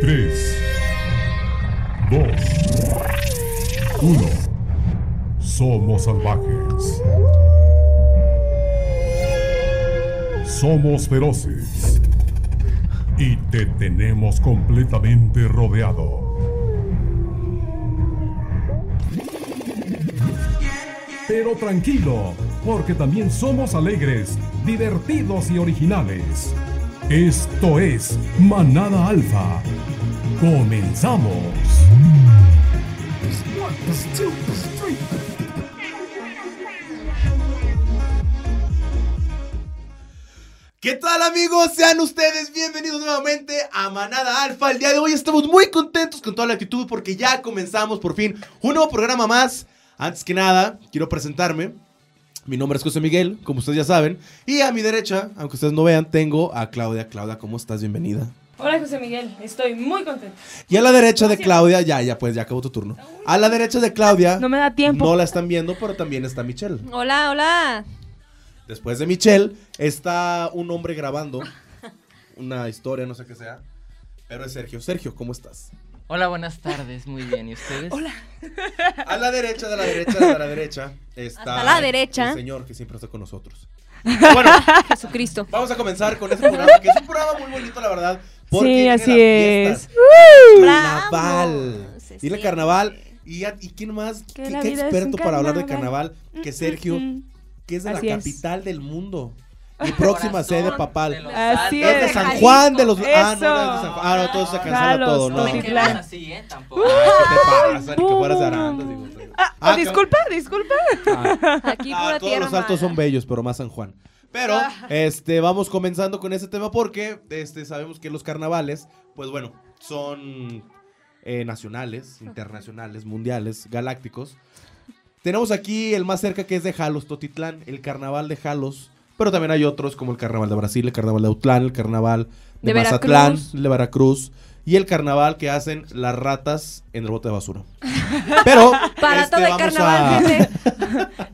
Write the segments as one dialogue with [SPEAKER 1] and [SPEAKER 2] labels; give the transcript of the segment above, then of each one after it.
[SPEAKER 1] 3, 2, 1. Somos salvajes. Somos feroces. Y te tenemos completamente rodeado. Pero tranquilo, porque también somos alegres, divertidos y originales. Esto es Manada Alfa. Comenzamos.
[SPEAKER 2] ¿Qué tal amigos? Sean ustedes bienvenidos nuevamente a Manada Alfa. El día de hoy estamos muy contentos con toda la actitud porque ya comenzamos por fin un nuevo programa más. Antes que nada, quiero presentarme. Mi nombre es José Miguel, como ustedes ya saben. Y a mi derecha, aunque ustedes no vean, tengo a Claudia. Claudia, ¿cómo estás? Bienvenida.
[SPEAKER 3] Hola José Miguel, estoy muy contento.
[SPEAKER 2] Y a la derecha de Claudia, ya, ya, pues ya acabó tu turno. A la derecha de Claudia,
[SPEAKER 4] No me da tiempo.
[SPEAKER 2] no la están viendo, pero también está Michelle.
[SPEAKER 4] Hola, hola.
[SPEAKER 2] Después de Michelle está un hombre grabando una historia, no sé qué sea. Pero es Sergio. Sergio, ¿cómo estás?
[SPEAKER 5] Hola, buenas tardes, muy bien. ¿Y ustedes? Hola.
[SPEAKER 2] A la derecha, de la derecha, de la derecha está
[SPEAKER 4] Hasta la derecha.
[SPEAKER 2] el señor que siempre está con nosotros. Bueno,
[SPEAKER 4] Jesucristo.
[SPEAKER 2] vamos a comenzar con este programa que es un programa muy bonito, la verdad. Porque
[SPEAKER 3] Sí,
[SPEAKER 2] viene
[SPEAKER 3] así
[SPEAKER 2] las fiestas,
[SPEAKER 3] es.
[SPEAKER 2] Carnaval.
[SPEAKER 4] Bravo, se
[SPEAKER 2] Dile
[SPEAKER 4] siente.
[SPEAKER 2] carnaval. ¿Y, a- y quién más?
[SPEAKER 3] Que
[SPEAKER 2] ¿Qué,
[SPEAKER 3] la
[SPEAKER 2] qué
[SPEAKER 3] vida es un
[SPEAKER 2] experto para hablar de
[SPEAKER 3] carnaval.
[SPEAKER 2] carnaval que Sergio,
[SPEAKER 3] Mm,
[SPEAKER 2] que es de
[SPEAKER 3] Así
[SPEAKER 2] la
[SPEAKER 3] es.
[SPEAKER 2] capital del mundo? Mi próxima sede papal.
[SPEAKER 3] Así
[SPEAKER 2] Es de
[SPEAKER 3] es.
[SPEAKER 2] San Juan de los. Ah, no,
[SPEAKER 3] Eso.
[SPEAKER 2] era de San Juan. Ah, no, todo se cancela
[SPEAKER 3] Jalos,
[SPEAKER 2] todo, ¿no?
[SPEAKER 5] No
[SPEAKER 2] Ay,
[SPEAKER 5] me
[SPEAKER 2] ¿Qué te
[SPEAKER 3] Totitlán.
[SPEAKER 5] quedas así, ¿eh? Tampoco.
[SPEAKER 2] pasa? Ni que fueras de
[SPEAKER 3] Uh.
[SPEAKER 2] Arandas, digo.
[SPEAKER 3] Ah,
[SPEAKER 2] Ah,
[SPEAKER 3] disculpa, disculpa.
[SPEAKER 2] Ah.
[SPEAKER 4] Aquí
[SPEAKER 2] Ah,
[SPEAKER 4] pura
[SPEAKER 2] todos
[SPEAKER 4] tierra
[SPEAKER 2] los altos
[SPEAKER 4] mala. Ah.
[SPEAKER 2] son bellos, pero más San Juan. Pero, este, vamos comenzando con ese tema porque, este, sabemos que los carnavales, pues bueno, son eh, nacionales, internacionales, mundiales, galácticos. Tenemos aquí el más cerca que es de Jalos, Totitlán, el carnaval de Jalos. Pero también hay otros como el carnaval de Brasil, el carnaval de Autlán, el carnaval de,
[SPEAKER 4] De
[SPEAKER 2] Mazatlán,
[SPEAKER 4] Veracruz.
[SPEAKER 2] el de Veracruz. Y el carnaval que hacen las ratas en el bote de basura. Pero.
[SPEAKER 4] Para
[SPEAKER 2] este,
[SPEAKER 4] todo el
[SPEAKER 2] vamos
[SPEAKER 4] carnaval,
[SPEAKER 2] a-
[SPEAKER 4] gente.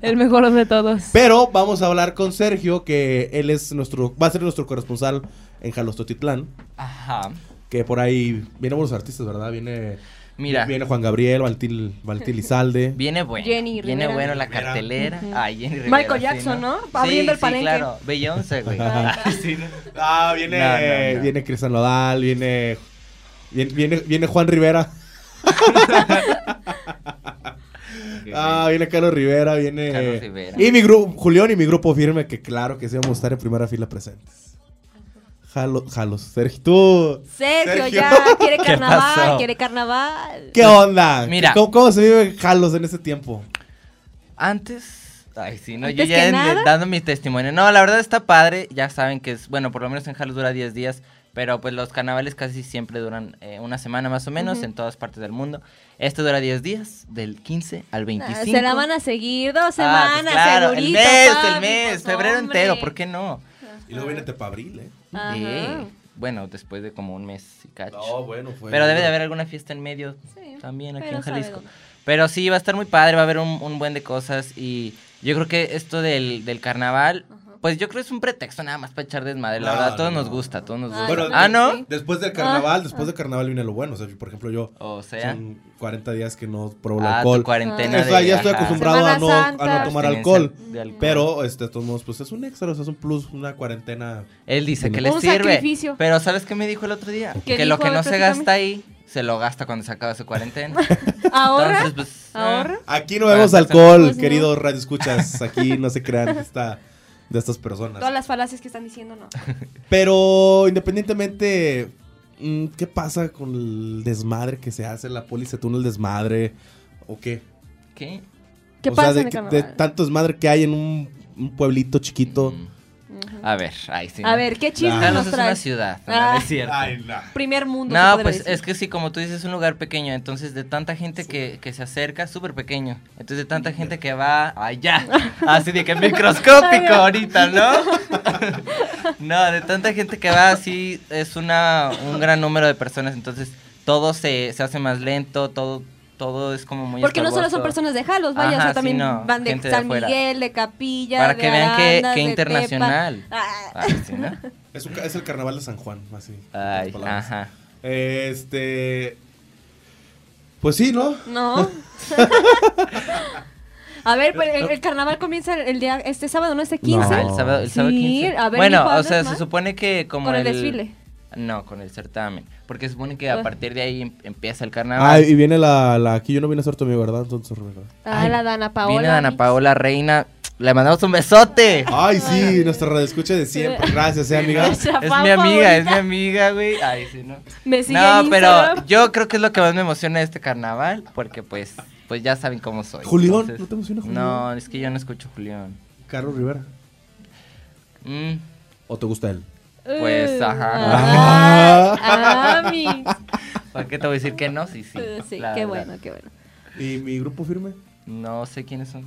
[SPEAKER 3] El mejor de todos.
[SPEAKER 2] pero vamos a hablar con Sergio, que él es nuestro, va a ser nuestro corresponsal en Jalostotitlán,
[SPEAKER 5] Ajá.
[SPEAKER 2] que por ahí vienen buenos artistas, ¿verdad? Viene,
[SPEAKER 5] Mira,
[SPEAKER 2] viene Juan Gabriel, Valtil, Valtil Izalde.
[SPEAKER 5] viene bueno.
[SPEAKER 4] Jenny
[SPEAKER 5] viene
[SPEAKER 4] Rivera.
[SPEAKER 5] bueno la
[SPEAKER 2] Rivera.
[SPEAKER 5] cartelera. Ay, Jenny Rivera.
[SPEAKER 4] Michael
[SPEAKER 5] sí,
[SPEAKER 4] Jackson, ¿no?
[SPEAKER 5] Sí,
[SPEAKER 4] Abriendo el
[SPEAKER 5] sí,
[SPEAKER 4] palenque.
[SPEAKER 5] claro. Beyoncé, güey. Sí, ¿no?
[SPEAKER 2] Ah, viene,
[SPEAKER 5] No, no, no.
[SPEAKER 2] viene Cristian Nodal, viene, viene, viene, viene Juan Rivera. Ah, viene Carlos Rivera, viene...
[SPEAKER 5] Carlos Rivera.
[SPEAKER 2] Y mi grupo, Julián y mi grupo firme, que claro que sí vamos a estar en primera fila presentes. Jalos, jalos. Sergio, tú...
[SPEAKER 4] Sergio,
[SPEAKER 2] Sergio.
[SPEAKER 4] ya quiere
[SPEAKER 5] pasó?
[SPEAKER 4] carnaval, quiere carnaval.
[SPEAKER 2] ¿Qué onda?
[SPEAKER 5] Mira.
[SPEAKER 2] ¿Cómo, cómo se vive Jalos en ese tiempo?
[SPEAKER 5] Antes. Ay, sí, no, yo
[SPEAKER 4] Antes
[SPEAKER 5] ya
[SPEAKER 4] que
[SPEAKER 5] en- eh,
[SPEAKER 4] nada.
[SPEAKER 5] dando mi testimonio. No, la verdad está padre. Ya saben que es, bueno, por lo menos en Jalos dura 10 días. Pero pues los carnavales casi siempre duran eh, una semana más o menos en todas partes del mundo. Este dura 10 días, del 15 al
[SPEAKER 4] Ah,
[SPEAKER 5] 25.
[SPEAKER 4] Se la van a seguir dos
[SPEAKER 5] Ah,
[SPEAKER 4] semanas,
[SPEAKER 5] pues claro,
[SPEAKER 4] segurito.
[SPEAKER 5] El mes, el
[SPEAKER 4] papi,
[SPEAKER 5] mes,
[SPEAKER 4] pues,
[SPEAKER 5] febrero
[SPEAKER 4] hombre.
[SPEAKER 5] entero, ¿por qué no?
[SPEAKER 2] Y luego viene Tepabril, ¿eh?
[SPEAKER 4] Ajá.
[SPEAKER 5] Eh, bueno, después de como un mes y cacho.
[SPEAKER 2] bueno, fue.
[SPEAKER 5] Ah, pero debe de haber alguna fiesta en medio
[SPEAKER 4] Sí,
[SPEAKER 5] también aquí
[SPEAKER 4] pero
[SPEAKER 5] en
[SPEAKER 4] sabe
[SPEAKER 5] Jalisco.
[SPEAKER 4] dónde.
[SPEAKER 5] Pero sí, va a estar muy padre, va a haber un, un buen de cosas y yo creo que esto del, del carnaval, pues yo creo que es un pretexto nada más para echar desmadre. La
[SPEAKER 2] No,
[SPEAKER 5] verdad, todos
[SPEAKER 2] no.
[SPEAKER 5] nos gusta, todos nos
[SPEAKER 4] Ay,
[SPEAKER 5] gusta.
[SPEAKER 2] Bueno,
[SPEAKER 5] ah, ¿no?
[SPEAKER 4] sí.
[SPEAKER 2] Después del carnaval, después del carnaval viene lo bueno. O sea, yo, por ejemplo, yo
[SPEAKER 5] O sea,
[SPEAKER 2] son 40 días que no pruebo el
[SPEAKER 5] ah, tu
[SPEAKER 2] alcohol.
[SPEAKER 5] cuarentena
[SPEAKER 2] o sea,
[SPEAKER 5] de-
[SPEAKER 2] ya estoy
[SPEAKER 5] ajá,
[SPEAKER 2] acostumbrado a
[SPEAKER 4] Semana
[SPEAKER 2] no, a
[SPEAKER 4] Santa.
[SPEAKER 2] no tomar
[SPEAKER 5] abstinencia
[SPEAKER 2] alcohol.
[SPEAKER 5] de alcohol.
[SPEAKER 2] Pero, este, de todos modos, pues es un extra, o sea, es un plus, una cuarentena.
[SPEAKER 5] Él dice que
[SPEAKER 2] Un
[SPEAKER 5] le sirve.
[SPEAKER 3] sacrificio.
[SPEAKER 5] Pero ¿sabes qué me dijo el otro día?
[SPEAKER 4] ¿Qué
[SPEAKER 5] Que lo
[SPEAKER 4] dijo?
[SPEAKER 5] que
[SPEAKER 4] A
[SPEAKER 5] no
[SPEAKER 4] ver,
[SPEAKER 5] se
[SPEAKER 4] platícame.
[SPEAKER 5] gasta ahí, se lo gasta cuando se acaba su cuarentena.
[SPEAKER 4] Ahorra,
[SPEAKER 5] Entonces, pues, eh,
[SPEAKER 4] ahorra.
[SPEAKER 2] Aquí no vemos
[SPEAKER 5] Para empezar.
[SPEAKER 2] alcohol,
[SPEAKER 4] Pues no.
[SPEAKER 2] queridos radioescuchas. Aquí no se crean de, esta- de estas personas.
[SPEAKER 4] Todas las falacias que están diciendo, no.
[SPEAKER 2] Pero independientemente, mm, ¿qué pasa con el desmadre que se hace? ¿La poli se tuna el desmadre? ¿O qué?
[SPEAKER 5] ah, ¿Qué?
[SPEAKER 4] ¿Qué
[SPEAKER 2] o
[SPEAKER 4] pasa
[SPEAKER 2] sea,
[SPEAKER 4] en
[SPEAKER 2] de,
[SPEAKER 4] el
[SPEAKER 2] que- de
[SPEAKER 4] carnaval?
[SPEAKER 2] tanto desmadre que hay en un, un pueblito chiquito.
[SPEAKER 5] Mm. A ver, ahí sí.
[SPEAKER 4] A ver, ¿qué chismes
[SPEAKER 2] Claro.
[SPEAKER 5] Carlos
[SPEAKER 4] nos
[SPEAKER 5] es una
[SPEAKER 4] traes?
[SPEAKER 5] ciudad,
[SPEAKER 4] Ah.
[SPEAKER 5] no es cierto.
[SPEAKER 4] Primer mundo. se
[SPEAKER 5] No,
[SPEAKER 4] podría
[SPEAKER 5] pues
[SPEAKER 4] decir.
[SPEAKER 5] es que sí, como tú dices, es un lugar pequeño, entonces de tanta gente que, que se acerca, súper pequeño. Entonces de tanta gente que va allá, así de que microscópico ahorita, ¿no? no, de tanta gente que va así, es una, un gran número de personas, entonces todo se, se hace más lento, todo, todo es como muy
[SPEAKER 4] Porque no solo son
[SPEAKER 5] escarboso.
[SPEAKER 4] personas de Jalos,
[SPEAKER 5] Ajá,
[SPEAKER 4] vaya, o sea,
[SPEAKER 5] sí,
[SPEAKER 4] también
[SPEAKER 5] no,
[SPEAKER 4] van de
[SPEAKER 5] gente de
[SPEAKER 4] San
[SPEAKER 5] afuera.
[SPEAKER 4] Miguel, de Capilla,
[SPEAKER 5] Para
[SPEAKER 4] de
[SPEAKER 5] que vean que,
[SPEAKER 4] Arandas,
[SPEAKER 5] que
[SPEAKER 4] de
[SPEAKER 5] internacional.
[SPEAKER 4] Tepa. Ah,
[SPEAKER 5] Ay, sí, ¿no?
[SPEAKER 2] Es, un ca- es el carnaval de San Juan, así. en
[SPEAKER 5] Ay,
[SPEAKER 2] otras palabras.
[SPEAKER 5] ajá.
[SPEAKER 2] Este. Pues sí, ¿no?
[SPEAKER 4] No. A ver, pues, el, el carnaval comienza el día, este sábado, ¿no? Este 15.
[SPEAKER 5] Ajá, Ah, el sábado, el sábado
[SPEAKER 4] Sí,
[SPEAKER 5] 15.
[SPEAKER 4] a ver,
[SPEAKER 5] bueno,
[SPEAKER 4] Nico,
[SPEAKER 5] o sea,
[SPEAKER 4] ¿hablas
[SPEAKER 5] se
[SPEAKER 4] más?
[SPEAKER 5] supone que como
[SPEAKER 4] Con el desfile.
[SPEAKER 5] No, con el certamen. Porque se supone que a
[SPEAKER 4] Ah.
[SPEAKER 5] partir de ahí em- empieza el
[SPEAKER 2] Ah,
[SPEAKER 5] carnaval.
[SPEAKER 2] y viene la, la. Aquí yo no vine a ser tu amigo, ¿verdad? Entonces, ¿verdad?
[SPEAKER 4] Ah,
[SPEAKER 5] Ay,
[SPEAKER 4] la Dana Paola.
[SPEAKER 5] Viene Ana
[SPEAKER 4] Mix.
[SPEAKER 5] Paola Reina. Le mandamos un besote.
[SPEAKER 2] Ay, sí, nuestra radioescucha de siempre. Gracias, ¿eh, amiga.
[SPEAKER 4] Nuestra
[SPEAKER 5] es
[SPEAKER 4] fan
[SPEAKER 5] mi amiga, es mi
[SPEAKER 4] favorita.
[SPEAKER 5] amiga, güey. Ay, sí, no.
[SPEAKER 4] Me sigue
[SPEAKER 5] No,
[SPEAKER 4] en
[SPEAKER 5] pero
[SPEAKER 4] Instagram.
[SPEAKER 5] yo creo que es lo que más me emociona de este carnaval, porque pues, pues ya saben cómo soy.
[SPEAKER 2] Julián, ¿no te emociona Julián?
[SPEAKER 5] No, es que yo no escucho Julián.
[SPEAKER 2] Carlos Rivera.
[SPEAKER 5] Mm,
[SPEAKER 2] ¿O te gusta él?
[SPEAKER 5] Pues,
[SPEAKER 4] Uh,
[SPEAKER 5] ajá.
[SPEAKER 4] Ah, ah, Mix.
[SPEAKER 5] ¿Para qué te voy a decir que no? Sí, sí.
[SPEAKER 4] Uh, Sí,
[SPEAKER 5] la
[SPEAKER 4] qué
[SPEAKER 5] verdad.
[SPEAKER 4] bueno, qué bueno.
[SPEAKER 2] ¿Y mi grupo firme?
[SPEAKER 5] No sé quiénes son.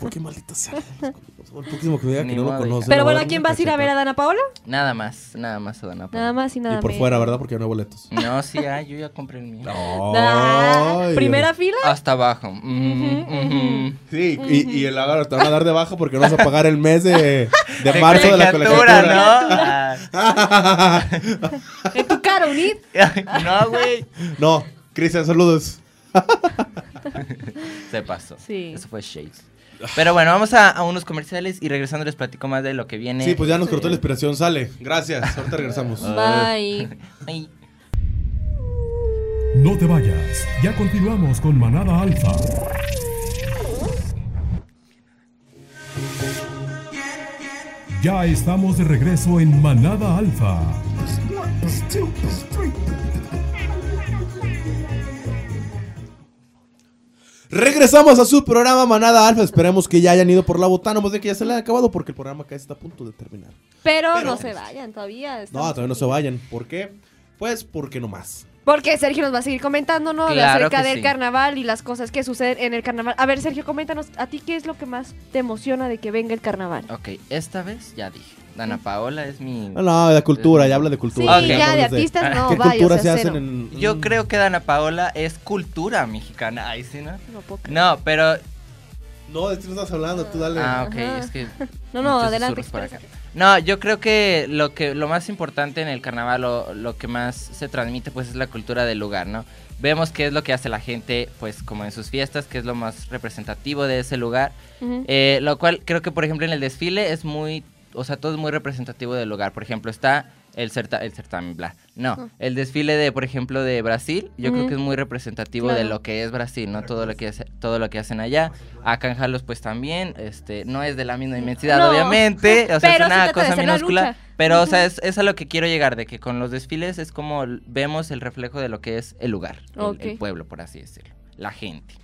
[SPEAKER 2] ¿Por qué maldita sea? El próximo que me diga
[SPEAKER 5] Ni
[SPEAKER 2] que no lo
[SPEAKER 5] modo,
[SPEAKER 2] conoce. le
[SPEAKER 4] Pero
[SPEAKER 2] voy
[SPEAKER 4] bueno,
[SPEAKER 2] dar
[SPEAKER 4] ¿a quién
[SPEAKER 2] una
[SPEAKER 4] vas a ir a ver a
[SPEAKER 2] cachetada.
[SPEAKER 4] Dana Paola?
[SPEAKER 5] Nada más, nada más a Dana Paola.
[SPEAKER 4] Nada más y nada
[SPEAKER 2] Y por
[SPEAKER 4] menos.
[SPEAKER 2] fuera, ¿verdad? Porque no hay boletos.
[SPEAKER 5] No, sí, ay, yo ya compré el mío.
[SPEAKER 4] Ah,
[SPEAKER 2] Ay,
[SPEAKER 4] Primera fila.
[SPEAKER 5] Hasta abajo. Mm, ujú.
[SPEAKER 2] Sí, y, y el ágaro te van a dar de baja porque no vas a pagar el mes de, de
[SPEAKER 5] De
[SPEAKER 2] marzo de la
[SPEAKER 5] colegiatura,
[SPEAKER 2] colegiatura.
[SPEAKER 4] En tu cara, unir.
[SPEAKER 5] ¿no? Ah, no, güey.
[SPEAKER 2] No, Cristian, saludos.
[SPEAKER 5] Se pasó.
[SPEAKER 4] Sí.
[SPEAKER 5] Eso fue Shades. Pero bueno, vamos a, a unos comerciales y regresando les platico más de lo que viene.
[SPEAKER 2] Sí, pues ya nos cortó la inspiración, sale. Gracias, ahorita regresamos.
[SPEAKER 4] Bye.
[SPEAKER 5] Ay.
[SPEAKER 1] No te vayas, ya continuamos con Manada Alfa. Ya estamos de regreso en Manada Alfa.
[SPEAKER 2] Regresamos a su programa Manada Alfa. Esperemos que ya hayan ido por la botana. Más de que ya se le haya acabado porque el programa acá está a punto de terminar.
[SPEAKER 4] Pero, no se vayan todavía.
[SPEAKER 2] No,
[SPEAKER 4] estamos
[SPEAKER 2] todavía no
[SPEAKER 4] aquí.
[SPEAKER 2] se vayan. ¿Por qué? Pues porque no más.
[SPEAKER 4] Porque Sergio nos va a seguir comentando, ¿no? De
[SPEAKER 5] Claro
[SPEAKER 4] acerca
[SPEAKER 5] que
[SPEAKER 4] del
[SPEAKER 5] sí.
[SPEAKER 4] carnaval y las cosas que suceden en el carnaval. A ver, Sergio, coméntanos, ¿a ti qué es lo que más te emociona de que venga el carnaval?
[SPEAKER 5] Ok, esta vez ya dije. Dana Paola es mi.
[SPEAKER 2] No, no, de cultura, ya habla de cultura.
[SPEAKER 5] Sí,
[SPEAKER 2] Ya
[SPEAKER 5] ya
[SPEAKER 2] no
[SPEAKER 4] de
[SPEAKER 2] les
[SPEAKER 4] artistas no,
[SPEAKER 2] Ah, ¿Qué
[SPEAKER 4] vaya,
[SPEAKER 2] culturas
[SPEAKER 4] o sea,
[SPEAKER 2] se hacen
[SPEAKER 4] cero.
[SPEAKER 2] en.?
[SPEAKER 5] Yo creo que Dana Paola es cultura mexicana. Ay, sí, ¿no?
[SPEAKER 4] No, puedo creer.
[SPEAKER 5] No, pero.
[SPEAKER 2] No, de ti no estás hablando, tú dale.
[SPEAKER 5] Ah, ok,
[SPEAKER 4] Ajá.
[SPEAKER 5] es que.
[SPEAKER 4] no, no,
[SPEAKER 5] muchos
[SPEAKER 4] adelante.
[SPEAKER 5] susurros por acá.
[SPEAKER 4] exprésate.
[SPEAKER 5] No, yo creo que lo que lo más importante en el carnaval, lo, lo que más se transmite, pues es la cultura del lugar, ¿no? Vemos qué es lo que hace la gente, pues como en sus fiestas, qué es lo más representativo de ese lugar.
[SPEAKER 4] Ujú.
[SPEAKER 5] Eh, lo cual creo que, por ejemplo, en el desfile es muy, o sea, todo es muy representativo del lugar. Por ejemplo, está el, certa, el certamen, bla. No, el desfile de, por ejemplo, de Brasil, yo creo
[SPEAKER 4] Ujú.
[SPEAKER 5] que es muy representativo de
[SPEAKER 4] Claro.
[SPEAKER 5] lo que es Brasil, ¿no? Todo lo que, hace- todo lo que hacen allá. Acá en Jalos, pues también, este, no es de la misma inmensidad,
[SPEAKER 4] No.
[SPEAKER 5] obviamente. O sea,
[SPEAKER 4] Pero
[SPEAKER 5] es
[SPEAKER 4] se
[SPEAKER 5] una
[SPEAKER 4] trata de
[SPEAKER 5] cosa
[SPEAKER 4] hacer la
[SPEAKER 5] minúscula.
[SPEAKER 4] lucha.
[SPEAKER 5] Pero, o sea, es, es a lo que quiero llegar, de que con los desfiles es como l- vemos el reflejo de lo que es el lugar, el- el,
[SPEAKER 4] Ok.
[SPEAKER 5] pueblo, por así decirlo, la gente.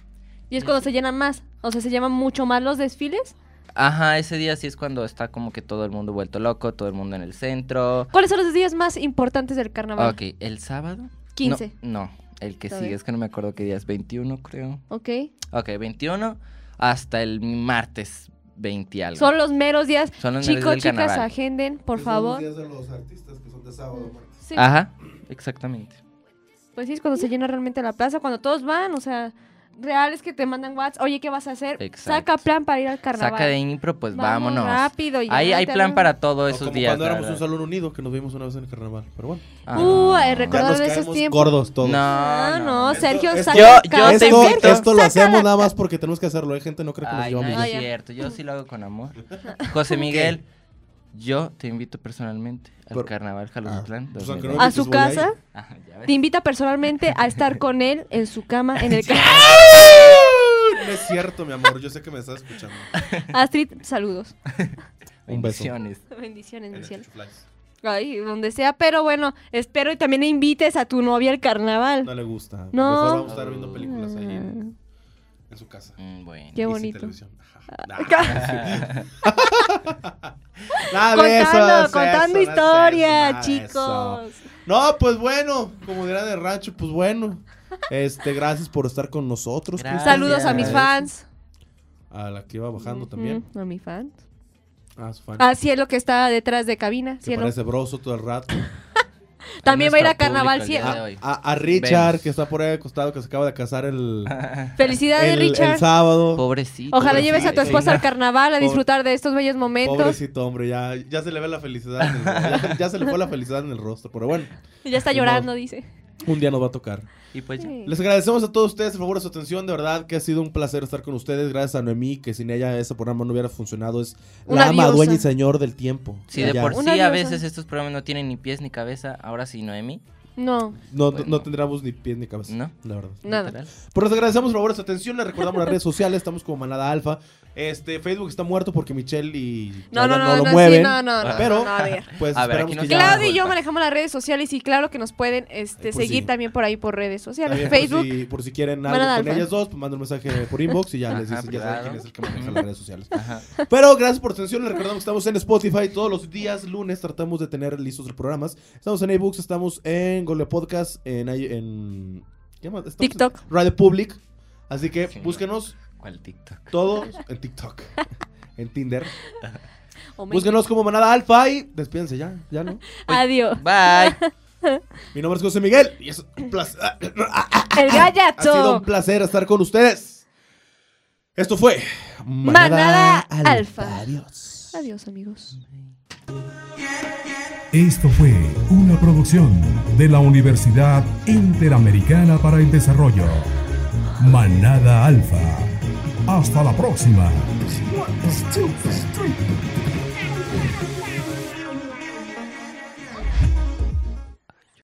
[SPEAKER 4] Y es cuando se llenan más, o sea, se llaman mucho más los desfiles.
[SPEAKER 5] Ajá, ese día sí es cuando está como que todo el mundo vuelto loco, todo el mundo en el centro.
[SPEAKER 4] ¿Cuáles son los días más importantes del carnaval?
[SPEAKER 5] Ok, ¿el sábado?
[SPEAKER 4] 15.
[SPEAKER 5] No, no, el que
[SPEAKER 4] Está
[SPEAKER 5] sigue,
[SPEAKER 4] bien.
[SPEAKER 5] es que no me acuerdo qué día es, 21 creo.
[SPEAKER 4] Ok.
[SPEAKER 5] Ok, 21 hasta el martes 20 algo.
[SPEAKER 4] Son los meros días.
[SPEAKER 5] Son los meros
[SPEAKER 4] Chicos,
[SPEAKER 5] días del
[SPEAKER 4] chicas,
[SPEAKER 5] carnaval.
[SPEAKER 4] agenden, por favor. Mm.
[SPEAKER 2] días de los artistas que son de sábado,
[SPEAKER 4] Sí.
[SPEAKER 5] Ajá, exactamente.
[SPEAKER 4] Pues sí, es cuando se llena realmente la plaza, cuando todos van, o sea, reales que te mandan WhatsApp, oye, ¿qué vas a hacer?
[SPEAKER 5] Exacto.
[SPEAKER 4] Saca plan para ir al carnaval.
[SPEAKER 5] Saca de impro, pues
[SPEAKER 4] Vamos
[SPEAKER 5] vámonos.
[SPEAKER 4] rápido, ya,
[SPEAKER 5] Ahí hay
[SPEAKER 4] te
[SPEAKER 5] plan
[SPEAKER 4] arreglas.
[SPEAKER 5] para todos esos
[SPEAKER 2] como
[SPEAKER 5] días.
[SPEAKER 2] cuando
[SPEAKER 5] la
[SPEAKER 2] éramos un
[SPEAKER 5] verdad.
[SPEAKER 2] salón unido que nos vimos una vez en el carnaval. Pero bueno,
[SPEAKER 5] Ah.
[SPEAKER 4] Uh, eh,
[SPEAKER 2] ya
[SPEAKER 4] recordar
[SPEAKER 2] nos
[SPEAKER 4] de
[SPEAKER 2] caemos
[SPEAKER 4] esos tiempos. Ah,
[SPEAKER 2] gordos Ah, todos.
[SPEAKER 4] No, no,
[SPEAKER 2] Esto-
[SPEAKER 4] Sergio,
[SPEAKER 2] esto-
[SPEAKER 4] saca
[SPEAKER 5] Yo-
[SPEAKER 4] la
[SPEAKER 5] yo
[SPEAKER 4] cara.
[SPEAKER 5] te
[SPEAKER 2] esto,
[SPEAKER 5] invito.
[SPEAKER 2] esto lo
[SPEAKER 4] Saca
[SPEAKER 2] hacemos
[SPEAKER 4] la-
[SPEAKER 2] nada más porque tenemos que hacerlo. Hay gente no cree que nos
[SPEAKER 5] Ay,
[SPEAKER 2] lleva
[SPEAKER 5] no
[SPEAKER 2] bien.
[SPEAKER 5] es
[SPEAKER 4] bien.
[SPEAKER 5] cierto, yo sí lo hago con amor. José Miguel, yo te invito personalmente al
[SPEAKER 2] Pero-
[SPEAKER 5] carnaval Jalotlán.
[SPEAKER 2] pues, aunque no
[SPEAKER 5] 2020.
[SPEAKER 4] A
[SPEAKER 2] Ahorita
[SPEAKER 4] su
[SPEAKER 2] voy ahí.
[SPEAKER 4] casa,
[SPEAKER 5] Ajá, Ah, ya ves.
[SPEAKER 4] te invita personalmente a estar con él en su cama, en el carnaval.
[SPEAKER 2] No es cierto, mi amor. Yo sé que me estás escuchando.
[SPEAKER 4] Astrid, saludos.
[SPEAKER 2] Un beso.
[SPEAKER 5] Bendiciones.
[SPEAKER 4] Bendiciones,
[SPEAKER 2] En el
[SPEAKER 4] mi cielo.
[SPEAKER 2] Chuflais.
[SPEAKER 4] Ay, donde sea, pero bueno, espero y también invites a tu novia al carnaval.
[SPEAKER 2] No le gusta.
[SPEAKER 4] No. Mm.
[SPEAKER 2] Mejor vamos a estar viendo películas ahí en, en su casa.
[SPEAKER 5] Mm, Bueno.
[SPEAKER 4] Qué
[SPEAKER 2] Y sin
[SPEAKER 4] bonito. Ah.
[SPEAKER 2] televisión. Nah. Nada de eso,
[SPEAKER 4] Contando,
[SPEAKER 2] no es eso, no
[SPEAKER 4] contando
[SPEAKER 2] es eso,
[SPEAKER 4] historia,
[SPEAKER 2] nada de eso.
[SPEAKER 4] chicos.
[SPEAKER 2] No, pues bueno, como dirán de rancho, pues bueno. Este, gracias por estar con nosotros.
[SPEAKER 5] Gracias.
[SPEAKER 2] Cristian.
[SPEAKER 4] Saludos a mis
[SPEAKER 2] Agradezco.
[SPEAKER 4] fans.
[SPEAKER 2] A la que iba bajando también.
[SPEAKER 4] Mm, a mis fans. Ah,
[SPEAKER 2] A su fan.
[SPEAKER 4] A Cielo que está detrás de cabina.
[SPEAKER 2] que
[SPEAKER 4] Cielo.
[SPEAKER 2] parece broso todo el rato.
[SPEAKER 4] También va a ir a
[SPEAKER 5] Nuestro
[SPEAKER 4] carnaval
[SPEAKER 5] público el día
[SPEAKER 4] Cielo.
[SPEAKER 5] de hoy.
[SPEAKER 2] A, a Richard,
[SPEAKER 5] Vemos.
[SPEAKER 2] que está por ahí acostado, que se acaba de casar el,
[SPEAKER 4] Felicidades,
[SPEAKER 2] el,
[SPEAKER 4] Richard.
[SPEAKER 2] el sábado.
[SPEAKER 5] Pobrecito.
[SPEAKER 4] Ojalá
[SPEAKER 2] Pobrecito.
[SPEAKER 4] lleves a tu esposa al carnaval a
[SPEAKER 2] Pobre-
[SPEAKER 4] disfrutar de estos bellos momentos.
[SPEAKER 2] Pobrecito hombre, ya, ya se le ve la felicidad. en el- ya, ya se le fue la felicidad en el rostro, pero bueno.
[SPEAKER 4] Ya está
[SPEAKER 2] Ni
[SPEAKER 4] llorando, dice.
[SPEAKER 2] Un día nos va a tocar.
[SPEAKER 5] Y pues ya.
[SPEAKER 4] Sí.
[SPEAKER 2] Les agradecemos a todos ustedes, por favor, su atención. De verdad que ha sido un placer estar con ustedes. Gracias a Noemí, que sin ella ese programa no hubiera funcionado. Es
[SPEAKER 4] Una
[SPEAKER 2] la ama,
[SPEAKER 4] diosa.
[SPEAKER 2] dueña y señor del tiempo.
[SPEAKER 5] Si de
[SPEAKER 2] Ella-
[SPEAKER 5] por
[SPEAKER 4] Una
[SPEAKER 5] sí a
[SPEAKER 4] diosa.
[SPEAKER 5] veces estos programas no tienen ni pies ni cabeza, ahora sí Noemi.
[SPEAKER 4] No.
[SPEAKER 2] No,
[SPEAKER 5] Bueno.
[SPEAKER 2] no tendríamos ni pies ni cabeza.
[SPEAKER 5] No.
[SPEAKER 2] La verdad.
[SPEAKER 4] Nada.
[SPEAKER 5] literal.
[SPEAKER 2] Pero les agradecemos por favor su atención, les recordamos las redes sociales, estamos como Manada Alfa. Este, Facebook está muerto porque Michelle y
[SPEAKER 4] No, no,
[SPEAKER 2] Claudia
[SPEAKER 4] no, no, sí,
[SPEAKER 2] mueven.
[SPEAKER 4] no, no, no,
[SPEAKER 2] Pero,
[SPEAKER 4] no, no, a ver.
[SPEAKER 2] pues
[SPEAKER 5] A ver,
[SPEAKER 2] esperamos
[SPEAKER 5] aquí nos
[SPEAKER 2] que ya-
[SPEAKER 4] Claudio y yo
[SPEAKER 5] Vuelta.
[SPEAKER 4] manejamos las redes sociales y claro que nos pueden este,
[SPEAKER 2] Pues
[SPEAKER 4] seguir
[SPEAKER 2] sí. pues
[SPEAKER 4] también por ahí por redes sociales.
[SPEAKER 2] también
[SPEAKER 4] Facebook.
[SPEAKER 2] Por si, por si quieren algo
[SPEAKER 4] Manada
[SPEAKER 2] con
[SPEAKER 4] Alfa.
[SPEAKER 2] ellas dos, pues manden un mensaje por inbox y ya les
[SPEAKER 5] Ajá,
[SPEAKER 2] dicen, ya saben
[SPEAKER 5] privado.
[SPEAKER 2] quién es el que maneja las redes sociales.
[SPEAKER 5] Ajá.
[SPEAKER 2] Pero gracias por su atención, les recordamos que estamos en Spotify todos los días, lunes tratamos de tener listos los programas. Estamos en iBooks, estamos en Google Podcast, en, i- en ¿qué más? Estamos en
[SPEAKER 4] TikTok.
[SPEAKER 2] Radio Public. Así que
[SPEAKER 5] Sí.
[SPEAKER 2] búsquenos
[SPEAKER 5] ¿Cuál TikTok?
[SPEAKER 2] todos en TikTok, en Tinder.
[SPEAKER 4] o me-
[SPEAKER 2] Búsquenos como Manada Alfa y despídense ya, ya no.
[SPEAKER 4] Adiós.
[SPEAKER 5] Bye.
[SPEAKER 2] Mi nombre es José Miguel y es un placer.
[SPEAKER 4] El
[SPEAKER 2] Ha sido un
[SPEAKER 4] gallazo.
[SPEAKER 2] placer estar con ustedes. Esto fue
[SPEAKER 4] Manada Alfa.
[SPEAKER 2] Adiós.
[SPEAKER 4] Adiós, amigos.
[SPEAKER 1] Esto fue una producción de la Universidad Interamericana para el Desarrollo. Manada Alfa. Hasta la próxima.